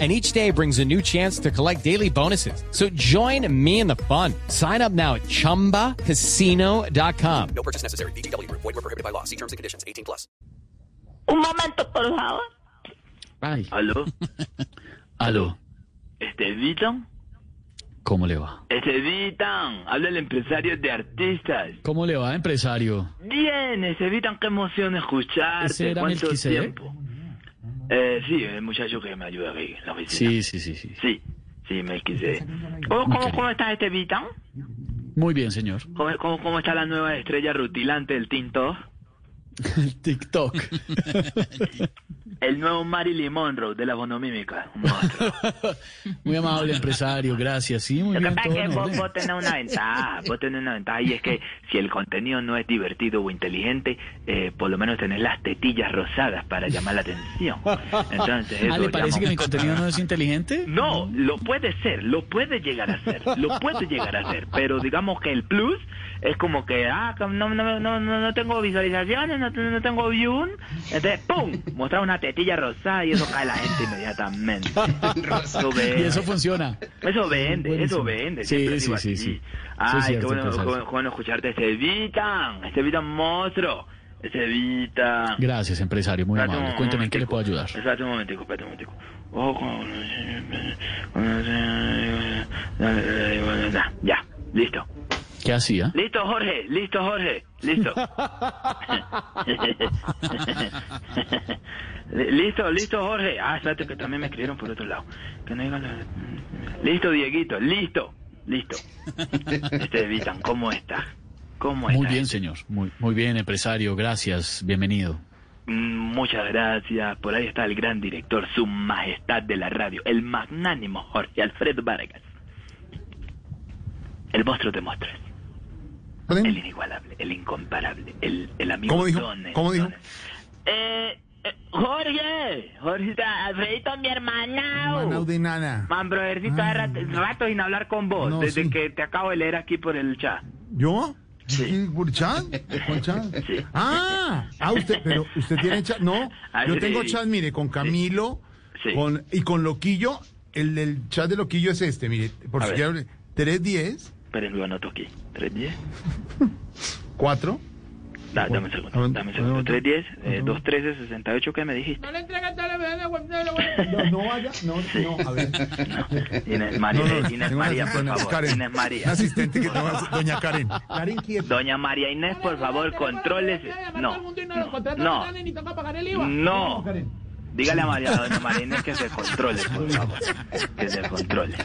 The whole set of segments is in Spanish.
and each day brings a new chance to collect daily bonuses. So join me in the fun. Sign up now at ChumbaCasino.com. No purchase necessary. BGW. Void were prohibited by law. See terms and conditions. 18 plus. Un momento, por favor. Ay, Aló, ¿Este aló, Estevitan, ¿cómo le va? Estevitan, ¿Este habla el empresario de artistas. ¿Cómo le va, empresario? Bien, Estevitan, qué emoción ¿Ese escucharte. era ¿Cuánto Melquisedec? tiempo? Eh, sí, el muchacho que me ayuda aquí en la oficina. Sí, sí, sí, sí. sí, sí Melquisedec. ¿Cómo, cómo, cómo estás, Estevitan? Muy bien, señor. ¿Cómo, cómo, cómo está la nueva estrella rutilante del Tinto? El TikTok. El nuevo Marilyn Monroe de la bonomímica. Un monstruo. Muy amable, empresario, gracias. Sí, muy Lo que bien. pasa es todo que en vos, orden. vos tenés una ventaja, vos tenés una ventaja y es que si el contenido no es divertido o inteligente, eh, por lo menos tenés las tetillas rosadas para llamar la atención. Entonces, eso Ah, ¿le llama parece que mi mucho. contenido no es inteligente? No, lo puede ser, lo puede llegar a ser, lo puede llegar a ser, pero digamos que el plus es como que, ah, no, no, no, no, no tengo visualizaciones, no, no tengo view, entonces, ¡pum!, mostrar una tetilla rosada y eso cae la gente inmediatamente. Eso Y vende, eso funciona. eso vende, Buenísimo. eso vende. Sí, siempre sí, digo sí, así. sí. Sí, Ay, es cierto, qué bueno, entonces. qué bueno- qué bueno escucharte, Estevitan, Estevitan monstruo, Estevitan. Gracias, empresario, muy Espérate amable. un Cuénteme en qué le momentico. puedo ayudar. Espérate un momentico, espérate un momentico. Ojo, con- con- Ya, listo. ¿Qué hacía? Listo, Jorge, listo, Jorge, listo. listo, listo, Jorge. Ah, espérate que también me escribieron por otro lado. Que no digan la- Listo, Dieguito, listo, listo. Este Vitan, ¿cómo estás? ¿Cómo estás? Muy bien, señor. Muy, muy bien, empresario, gracias. Bienvenido. Mm, Muchas gracias. Por ahí está el gran director, su majestad de la radio, el magnánimo Jorge Alfredo Vargas. El monstruo de monstruos. El inigualable, el incomparable, el, el amigo ¿Cómo dijo? Dones, ¿Cómo dijo? Dones. Eh, eh, Jorge, Jorge, Alfredito, mi Manau hermano. de nana. Man, brothercito, Ah. hace rat- rato sin hablar con vos, No, desde sí. que te acabo de leer aquí por el chat. ¿Yo? Sí. Sí. ¿Por chat? ¿Con chat? Sí. Ah, ah, usted, pero usted tiene chat. No, Ah, yo sí. tengo chat, mire, con Camilo Sí. con, y con Loquillo. El del chat de Loquillo es este, mire, por A si ver. quiere hable. 310, Pero lo anoto aquí. 310. 4. Da- dame un segundo, dame un segundo. 310, eh, 213, 68, ¿qué me dijiste? No, no vaya, no, no, a ver. Inés María, No, no, Inés tengo una María, por asistente, favor. Karen, Inés María. Una asistente que tengo, doña Karen. Karen, quieta. Doña María Inés, por favor, controles. No, no, no, no. Dígale a María, doña María Inés que se controle, por favor. Que se controle.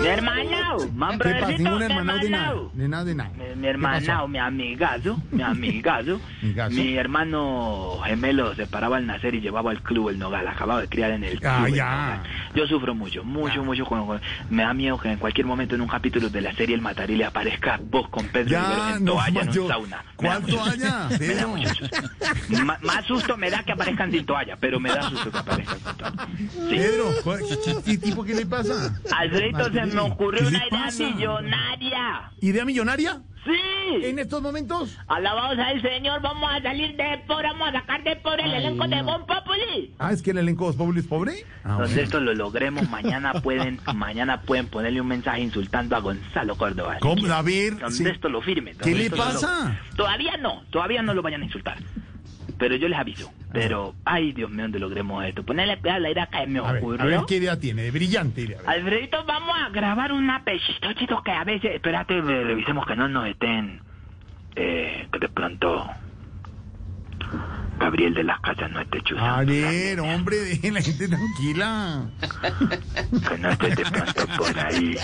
Mi hermanao, man ¿Qué pasa? brothercito, Ningún mi hermano de nada. hermanao. De nada, de nada. Mi, mi ¿Qué pasó? hermanao, mi amigazo, mi amigazo. Amigazo. Mi hermano gemelo se paraba al nacer y llevaba al club el Nogal. Acababa de criar en el club. Ah, el ya. Nogal. Yo sufro mucho, mucho, mucho. Con, con- me da miedo que en cualquier momento en un capítulo de la serie El Matarile aparezca vos con Pedro Rivero Ya, en no, toalla en un yo. sauna. pues, Me da ¿Cuál mucho toalla? me da Pedro? mucho susto. Ma- más susto me da que aparezcan sin toalla, pero me da susto que aparezcan sin toalla. Sí. Pedro, ¿cuál- ¿y tipo qué le pasa? Alfredito, se me ocurrió ¿Qué una le idea pasa? millonaria. ¿Idea millonaria? ¡Sí! En estos momentos. Alabados al Señor, vamos a salir de pobre, vamos a sacar de pobre el elenco de Bon Populi. Ah, es que el elenco de los Pobres es pobre. Ah, Entonces bueno. esto lo logremos. Mañana pueden, mañana pueden ponerle un mensaje insultando a Gonzalo Córdoba. ¿Cómo, David? Donde Sí. esto lo firme. donde ¿Qué le esto lo pasa? logre. todavía no, todavía no lo vayan a insultar. Pero yo les aviso. Ah. Pero, ay Dios mío, donde logremos esto. Ponerle cuidado a la idea que me A ver, a ver ocurrió. qué idea tiene, de brillante idea. A ver. Alfredito, vamos a grabar una pechito, chicos, que a veces... Espérate, eh, revisemos que no nos estén... Eh, que de pronto... Gabriel de las Casas no esté chuzando. A ver, hombre, dejen la gente tranquila. Que no estés de pronto por ahí.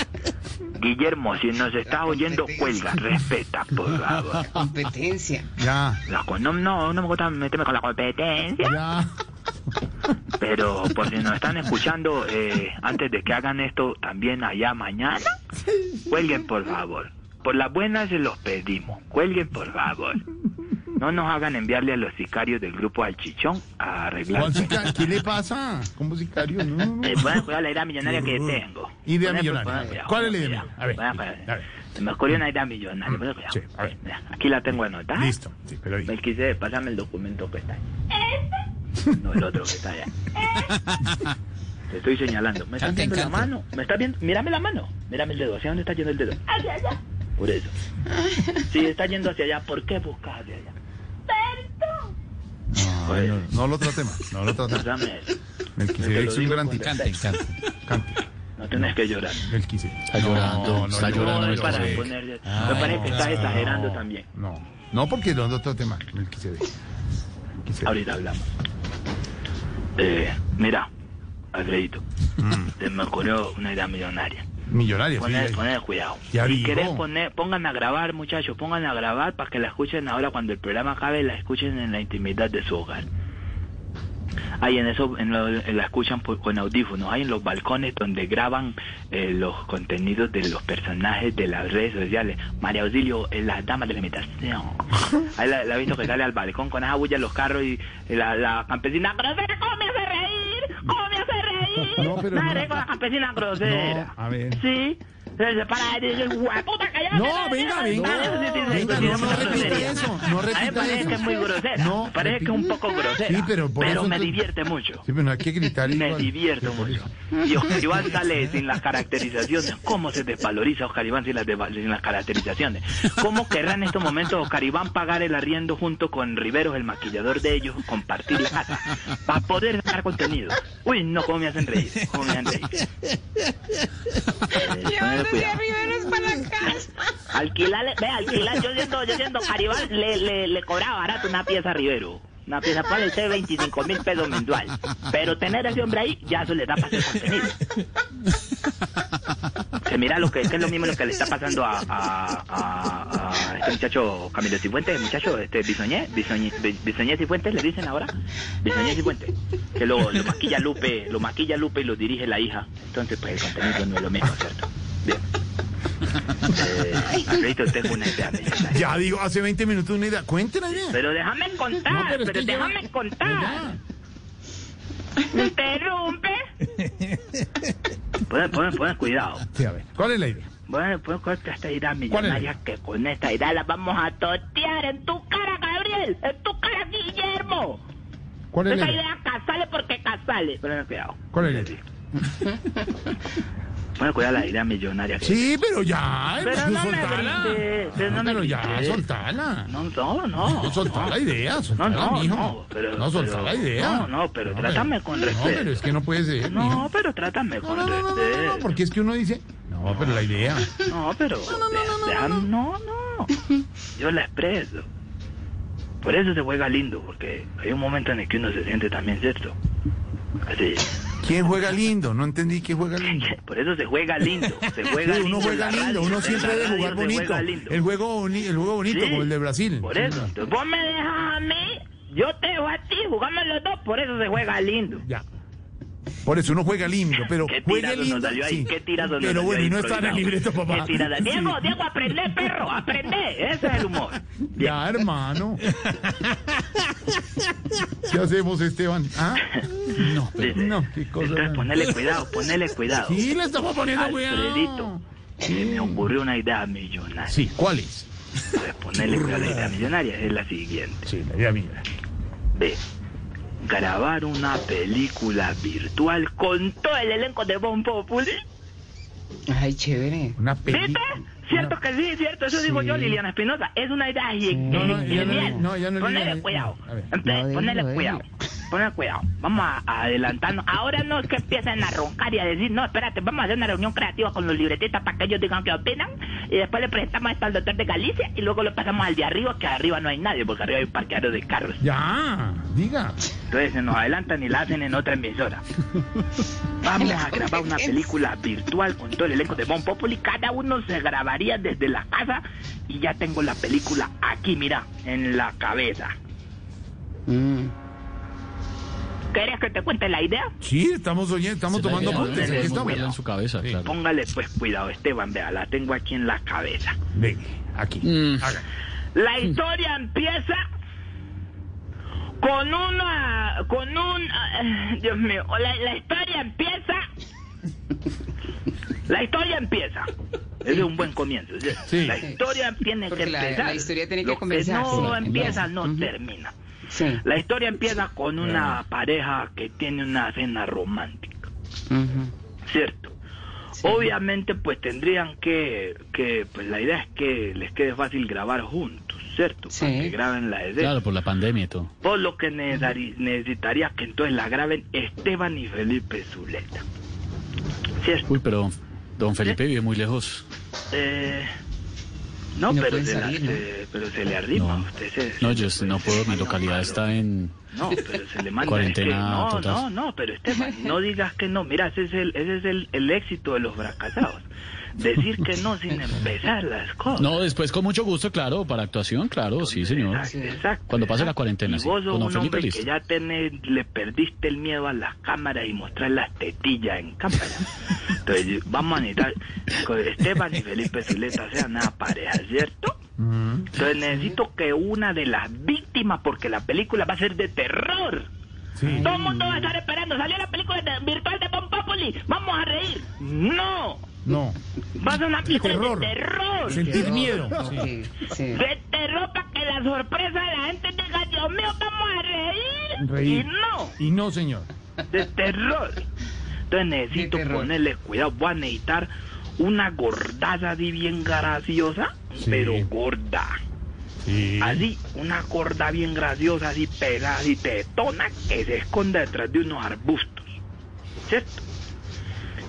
Guillermo, si nos estás oyendo, cuelga, respeta, por favor. competencia. Ya, La con- No, no, no me gusta meterme con la competencia. ya. Pero por si nos están escuchando, eh, antes de que hagan esto también allá mañana, cuelguen, por favor. Por las buenas se los pedimos. Cuelguen, por favor. No nos hagan enviarle a los sicarios del grupo al chichón a arreglar. Juan Sica- ¿Qué le pasa? ¿Cómo sicario? No, no, no. Eh, bueno, cuidado la idea millonaria que tengo. pues, Idea Bueno, millonaria. bueno, cuidado, ¿Cuál es la idea cuidado. millonaria? A ver, Bueno, dime, pues, a ver. Se me ocurrió una idea millonaria. pero cuidado. sí, a ver. Mira, Aquí la tengo anotada. Listo. Sí, pero ahí. Me quise, pásame el documento que está ahí. No, el otro que está allá. Te estoy señalando. ¿Me estás Cante, viendo la cante. mano? ¿Me estás viendo? Mírame la mano. Mírame el dedo. ¿Hacia dónde está yendo el dedo? Hacia allá. Por eso. Si está yendo hacia allá, ¿por qué buscas hacia allá? Ay, no, no lo trate más. No lo trate más. Pásame eso. Melquisedec Te lo es un digo gran cuando Cante, tipo. cante. Cante. No tenés que llorar. Melquisedec. Está llorando, está llorando, No, es Melquisedec. para Melquisedec. ponerle. Me parece que estás exagerando también. No, no porque no lo trate mal. Melquisedec. Melquisedec. Ahorita hablamos. Eh, mira, Alfredito, se me ocurrió una idea millonaria. Millonario. sí, Poner, ahí. poner cuidado. Ya si digo. querés poner, pongan a grabar, muchachos, pongan a grabar para que la escuchen ahora cuando el programa acabe, la escuchen en la intimidad de su hogar. Ahí en eso, en lo- en la escuchan por- con audífonos, ahí en los balcones donde graban eh, los contenidos de los personajes de las redes sociales. María Auxilio, eh, las damas de la imitación. Ahí la, la he visto que sale al balcón con esa bulla en los carros y la, la campesina grosera, ¿cómo me hace reír? ¿Cómo me hace reír? No, pero Madre, no. con la campesina grosera. No, a ver. Sí. Se para de ellos, guaputa, callate. No, venga, venga. Venga, no, no repita eso. A No mí me repita parece eso. que es muy grosera. No, parece que es un repita. poco grosera. Sí, pero por eso me tú- divierte mucho. Sí, pero no hay que gritar Me igual. divierto Por mucho. eso. Y Oscar Iván sale sin las caracterizaciones. ¿Cómo se desvaloriza Oscar Iván sin las, deva- sin las caracterizaciones? ¿Cómo querrá en estos momentos Oscar Iván pagar el arriendo junto con Riveros, el maquillador de ellos, compartir la casa? Para poder sacar contenido. Uy, no, cómo me hacen reír. Cómo me hacen reír. Llévalos de Riveros para acá. Alquilarle, ve, alquilar, yo siento, yo siento, Caribal le, le, le cobraba barato una pieza a Rivero. Una pieza, puede usted 25 mil pesos mensual. Pero tener a ese hombre ahí, ya eso le da para hacer contenido. Que mira lo que, que es lo mismo lo que le está pasando a, a, a, a este muchacho Camilo Cifuentes, el muchacho este Bisoñé, Bisoñé, Bi- Bisoñé Cifuentes le dicen ahora, Bisoñé Cifuentes, que lo, lo maquilla Lupe, lo maquilla Lupe y lo dirige la hija. Entonces pues el contenido no es lo mismo, ¿cierto? Bien. Eh, Alfredito, tengo una idea millonaria. Ya digo, hace 20 minutos una idea. Cuente la idea. Pero déjame contar, No, pero, pero es que yo- déjame contar. ¿Me interrumpe? Pueden, pueden, pueden, cuidado. Sí, a ver. ¿Cuál es la idea? Bueno, pues con esta idea ¿Cuál es? millonaria que con esta idea la vamos a totear en tu cara, Gabriel, en tu cara, Guillermo. ¿Cuál es la Esa idea? idea casale porque casale. Pero cuidado. ¿Cuál es la idea? Bueno, cuidado la idea millonaria. que- Sí, pero ya. Pero hermano, no me soltala. grites, pero no me Pero ya, grites. soltala. No, no, no. No, soltá no. la idea, soltá No, no, mijo. no, pero- no, soltá pero- la idea. no, no, pero trátame con No, respeto. pero es que no puede ser, No, mijo. pero trátame No, con no, no, no, no, no, respeto. porque es que uno dice, no, pero la idea. No, pero. de- déjame- No, no, Yo la expreso. Por eso se juega lindo, porque hay un momento en el que uno se siente también, ¿cierto? Así. ¿Quién juega lindo? No entendí quién juega lindo. Por eso se juega lindo. Se juega Sí, lindo. uno en juega la lindo, radio, en uno la siempre debe radio jugar se bonito. juega lindo. El juego, boni- el juego bonito, Sí, como el de Brasil. Por eso. Entonces, vos me dejas a mí, yo te dejo a ti, jugamos los dos, por eso se juega lindo. Ya. Por eso uno juega lindo, pero ¿Qué juegue tirado lindo. nos salió ahí? sí. ¿Qué tirado nos pero salió bueno, ahí y no está en el libreto, improvisado? papá. ¿Qué tirada? Sí. Diego, Diego, aprende, perro, aprende. Ese es el humor. Bien. Ya, hermano. ¿Qué hacemos, Esteban? ¿Ah? No, pero- Dice, no, qué cosa. Entonces, ponele cuidado, ponele cuidado. Sí, le estamos poniendo Alfredito, cuidado. se me ocurrió una idea millonaria. Sí, ¿cuál es? Pues, ponele cuidado a la idea millonaria, es la siguiente. Sí, la idea mía. B. Grabar una película virtual con todo el elenco de Bon Populi. Ay, chévere. Una ¿Viste? película. Cierto que sí, cierto, eso digo yo, Liliana Espinosa. Es una idea ge- No, no, ge- ya no, genial. no, ya no, ponele Liliana, cuidado. a ver. Empe- Lo de- ponele lo de- cuidado. Ponele cuidado. Vamos a, a adelantarnos. Ahora no es que empiecen a roncar y a decir, no, espérate, vamos a hacer una reunión creativa con los libretistas para que ellos digan qué opinan. Y después le presentamos esto al doctor de Galicia y luego lo pasamos al de arriba, que arriba no hay nadie, porque arriba hay un parqueadero de carros. Ya, diga. Entonces se nos adelantan y la hacen en otra emisora. Vamos a grabar una película virtual con todo el elenco de Bon Populi. Cada uno se grabaría desde la casa y ya tengo la película aquí, mira, en la cabeza. Mm. ¿Querés que te cuente la idea? Sí, estamos oyendo, estamos Se la tomando idea, apuntes, puntos. debemos Aquí verla en estamos. su cabeza, Sí. claro. Póngale pues cuidado, Esteban, vea, la tengo aquí en la cabeza. Venga, aquí. Mm. Haga. La historia empieza con una, con un, ah, Dios mío, la, la historia empieza, la historia empieza. Es un buen comienzo. es decir, Sí. La historia tiene Porque que la- la empezar. historia tiene que Lo comenzar, no sí. empieza, no Ujú. termina. Sí. La historia empieza con una pareja que tiene una cena romántica, Ujú. ¿cierto? Obviamente, pues tendrían que, que pues la idea es que les quede fácil grabar juntos, ¿cierto? Sí. Para que graben la escena. Claro, por la pandemia y todo. Por lo que necesari- necesitaría que entonces la graben Esteban y Felipe Zuleta. ¿Cierto? Uy, pero don Felipe vive muy lejos. Eh, no, No pero, pueden se la- salir, ¿no? se- pero se le arriba. No. usted se- No, se- yo pues, no se puedo, le mi manda un localidad palo. está en... No, pero se le manda. Cuarentena es que, no, total. no, no, pero Esteban, no digas que no. Mira, ese es el, ese es el, el éxito de los fracasados. Decir que no sin empezar las cosas. No, después con mucho gusto, claro, para actuación, claro, sí, señor. Exacto, Ah, exacto, Cuando pase la exacto. cuarentena, Y sí. vos sos Con don un Felipe, hombre listo. que ya tenés, le perdiste el miedo a las cámaras y mostrar las tetillas en cámara. Entonces, vamos a necesitar que Esteban y Felipe Zuleta sean una pareja, ¿cierto? Mm. Entonces necesito que una de las víctimas, porque la película va a ser de terror. Sí. Todo el mundo va a estar esperando. Salió la película de- virtual de Bon Populi. Vamos a reír. No. No. Va a ser una película Terror. de terror. Sentir miedo. Sí, sí. De terror para que la sorpresa de la gente diga, Dios mío, vamos a reír. Reír. Y no. Y no, señor. de terror. Entonces necesito De terror. ponerle cuidado. Voy a necesitar una gordaza así bien graciosa, Sí. pero gorda. Sí. Así, una gorda bien graciosa, así pesada, así tetona, que se esconda detrás de unos arbustos. ¿Cierto?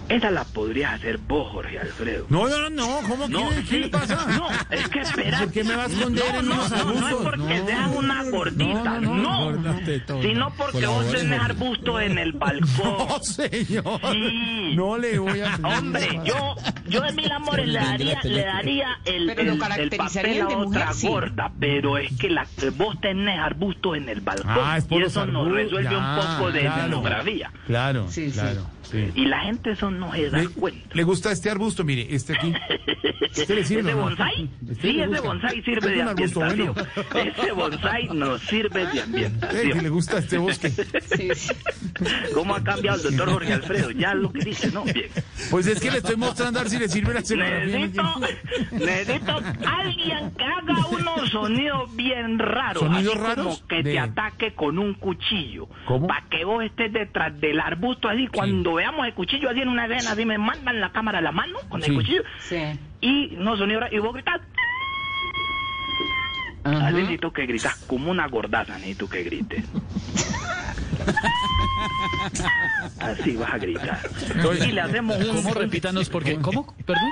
Esa la podrías hacer vos, Jorge Alfredo. No, no, no, ¿cómo No, que- ¿Qué sí, le pasa? No, es que espera. ¿Por qué me va a esconder no, en no, unos no, no es arbustos? porque No. sea una gordita, No, no, no, no. gorda tetona. Sino porque vos Colabora, tenés Jorge. arbustos en el balcón. No, señor. Sí. No le voy a. Hombre, yo, yo de mil amores le daría, le daría el, Pero lo el- el caracterizarían papel a de otra mujer, sí. gorda, pero es que la, vos tenés arbustos en el balcón Ah, es por y los eso nos arbustos. resuelve un Ya, poco de claro. escenografía. Claro, Sí, sí. claro. sí. Y la gente eso no se da Le, cuenta. le gusta este arbusto? Mire, este aquí. ¿Este le sirve ¿Ese o no? bonsai? Este Sí, le ese gusta. bonsai sirve Es de un arbusto ambientación. bueno. Ese bonsai nos sirve de Eh, que le ambientación. gusta este bosque. Sí, sí. ¿Cómo ha cambiado el doctor Jorge Alfredo? Ya lo que dice, ¿no? Bien. Pues es que le estoy mostrando a ver si le sirve la Necesito, escenografía. necesito alguien que haga unos sonidos bien raros. ¿Sonidos así raros? Como que De- te ataque con un cuchillo. ¿Cómo? Para que vos estés detrás del arbusto así. Cuando veamos el cuchillo así en una escena, así me mandan la cámara a la mano con Sí. el cuchillo. Sí. Y no sonidos raros. Y vos gritás. Ajá. Así Ah, necesito que gritas como una gordaza, necesito que grites. Así vas a gritar. Y le hacemos un ¿Cómo? Repítanos, porque... ¿Cómo? ¿Perdón?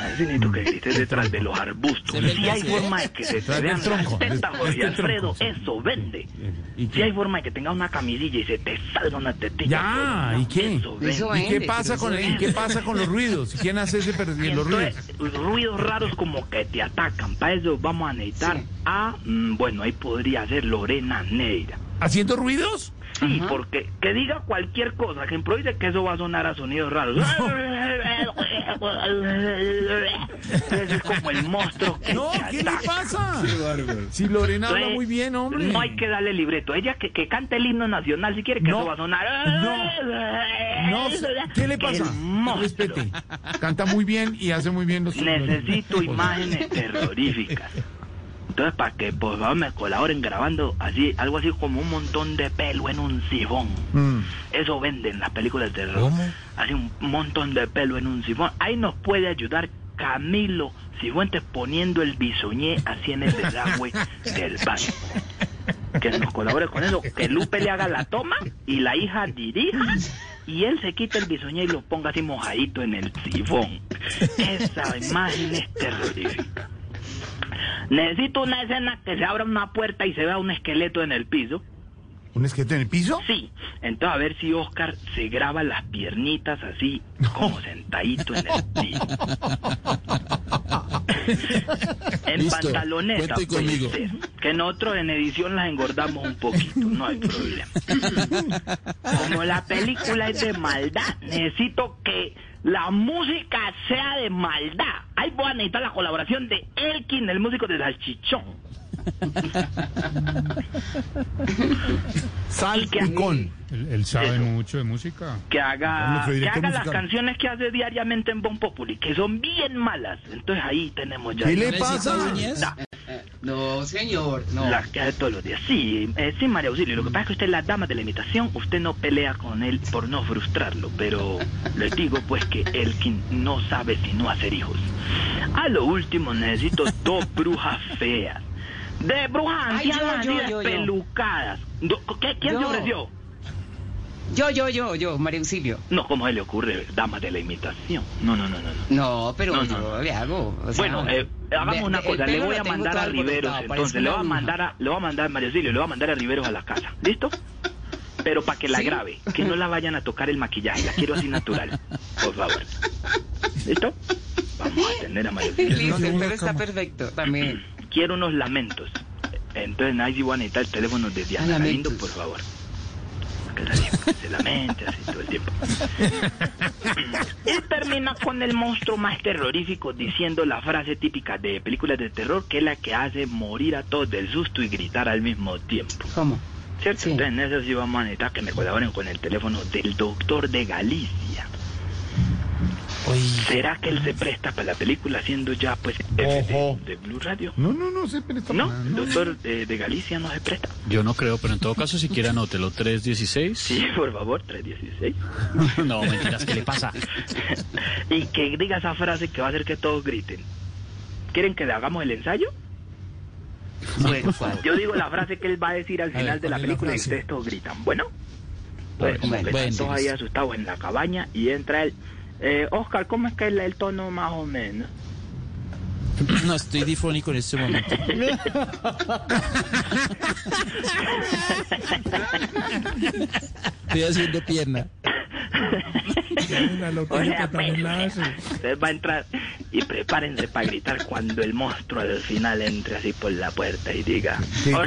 Así necesito que grites detrás de los arbustos. Si hay forma de que se te Detrás del vean tronco, las tetas, de- Jorge este Alfredo, tronco, sí. eso vende. ¿Y qué? Si hay forma de que tengas una camisilla y se te salga una tetilla. Ya, ¿y qué? Eso vende. Eso ¿Y vende, qué pero pasa eso con el- y vende. qué pasa con los ruidos? ¿Quién hace ese perdido? Los ruidos. Entonces, ruidos raros como que te atacan. Para eso vamos a necesitar Sí. a, mm, bueno, ahí podría ser Lorena Neira. ¿Haciendo ruidos? Sí, porque que diga cualquier cosa, que improvise que eso va a sonar a sonidos raros. Entonces es como el monstruo que No, te ¿qué le ataca. pasa? Si Lorena habla Entonces, muy bien, hombre. Pues, No hay que darle libreto. Ella que, que cante el himno nacional si quiere que No. eso va a sonar. No, ¿qué le pasa? El monstruo. Respete. Canta muy bien y hace muy bien los Necesito imágenes terroríficas. Entonces, para que por favor me colaboren grabando así, algo así como un montón de pelo en un sifón. Mm. Eso venden las películas de terror. ¿Cómo? Así un montón de pelo en un sifón. Ahí nos puede ayudar Camilo Cifuentes poniendo el bisoñé así en el desagüe del baño. Que nos colabore con eso, que Lupe le haga la toma y la hija dirija y él se quita el bisoñé y lo ponga así mojadito en el sifón. Esa imagen es terrorífica. Necesito una escena que se abra una puerta y se vea un esqueleto en el piso. ¿Un esqueleto en el piso? Sí, entonces a ver si Oscar se graba las piernitas así, como sentadito en el piso. en pantaloneta, puede ser, que nosotros en edición las engordamos un poquito, no hay problema. Como la película es de maldad, necesito que la música sea de maldad. Ahí voy a necesitar la colaboración de Elkin, el músico de Salchichón. Sal Y que a y mí- con. Él, él sabe mucho de música. que Hombre, haga, que Federico haga las musical. canciones que hace diariamente en Bon Populi, que son bien malas. Entonces ahí tenemos ya ¿Qué le pasa? Nah, No, señor, no. las que hace todos los días. Sí, eh, sí, María Auxilio. Lo que pasa es que usted es la dama de la imitación. Usted no pelea con él por no frustrarlo. Pero les digo, pues, que Elkin no sabe sino hacer hijos. A lo último, necesito dos brujas feas. De brujas Ay, yo, ancianas, yo, así yo, yo. despelucadas. Do- ¿qué- ¿Quién se Yo. ofreció? Yo, yo, yo, yo, María Auxilio. No, ¿cómo se le ocurre, dama de la imitación? No, no, no, no. no. No, pero No, no, yo no. le hago. o sea, Bueno, eh, hagamos ve- una el cosa, le pelo voy lo a tengo mandar todo a Riveros, alborotado, parezco entonces le voy a una mandar bruja. a, le voy a mandar Mario Silvio, le voy a mandar a Riveros a la casa, ¿listo? Pero para que la Sí. grabe, que no la vayan a tocar el maquillaje, la quiero así natural, por favor. ¿Listo? Vamos a atender a Mario Silvio. Listo, el una pelo está cama. perfecto también. Quiero unos lamentos. Entonces nadie va a necesitar el teléfono de Ah, Diana Lindo, lamentos. por favor. Que la siempre se lamente así todo el tiempo. Él termina con el monstruo más terrorífico diciendo la frase típica de películas de terror que es la que hace morir a todos del susto y gritar al mismo tiempo. ¿Cómo? ¿Cierto? Sí. Entonces en eso sí vamos a necesitar que me colaboren con el teléfono del doctor de Galicia. ¿Será que él se presta para la película siendo ya pues F de, Ojo. de Blue Radio? No, no, no, se presta No, para nada, el doctor eh, de Galicia no se presta. Yo no creo, pero en todo caso, si quiere anótelo. 316. Sí, por favor, 316. No, mentiras, ¿qué le pasa? y que diga esa frase que va a hacer que todos griten. ¿Quieren que le hagamos el ensayo? Bueno, ¿cuál? Yo digo la frase que él va a decir al final de la película y ustedes todos gritan. Bueno, pues como que están todos ahí asustados en la cabaña y entra él. Eh, Oscar, ¿cómo es que es el tono más o menos? No, estoy difónico en este momento. Estoy haciendo pierna. O sea, pues, Usted va a entrar y prepárense para gritar cuando el monstruo al final entre así por la puerta y diga, o sea,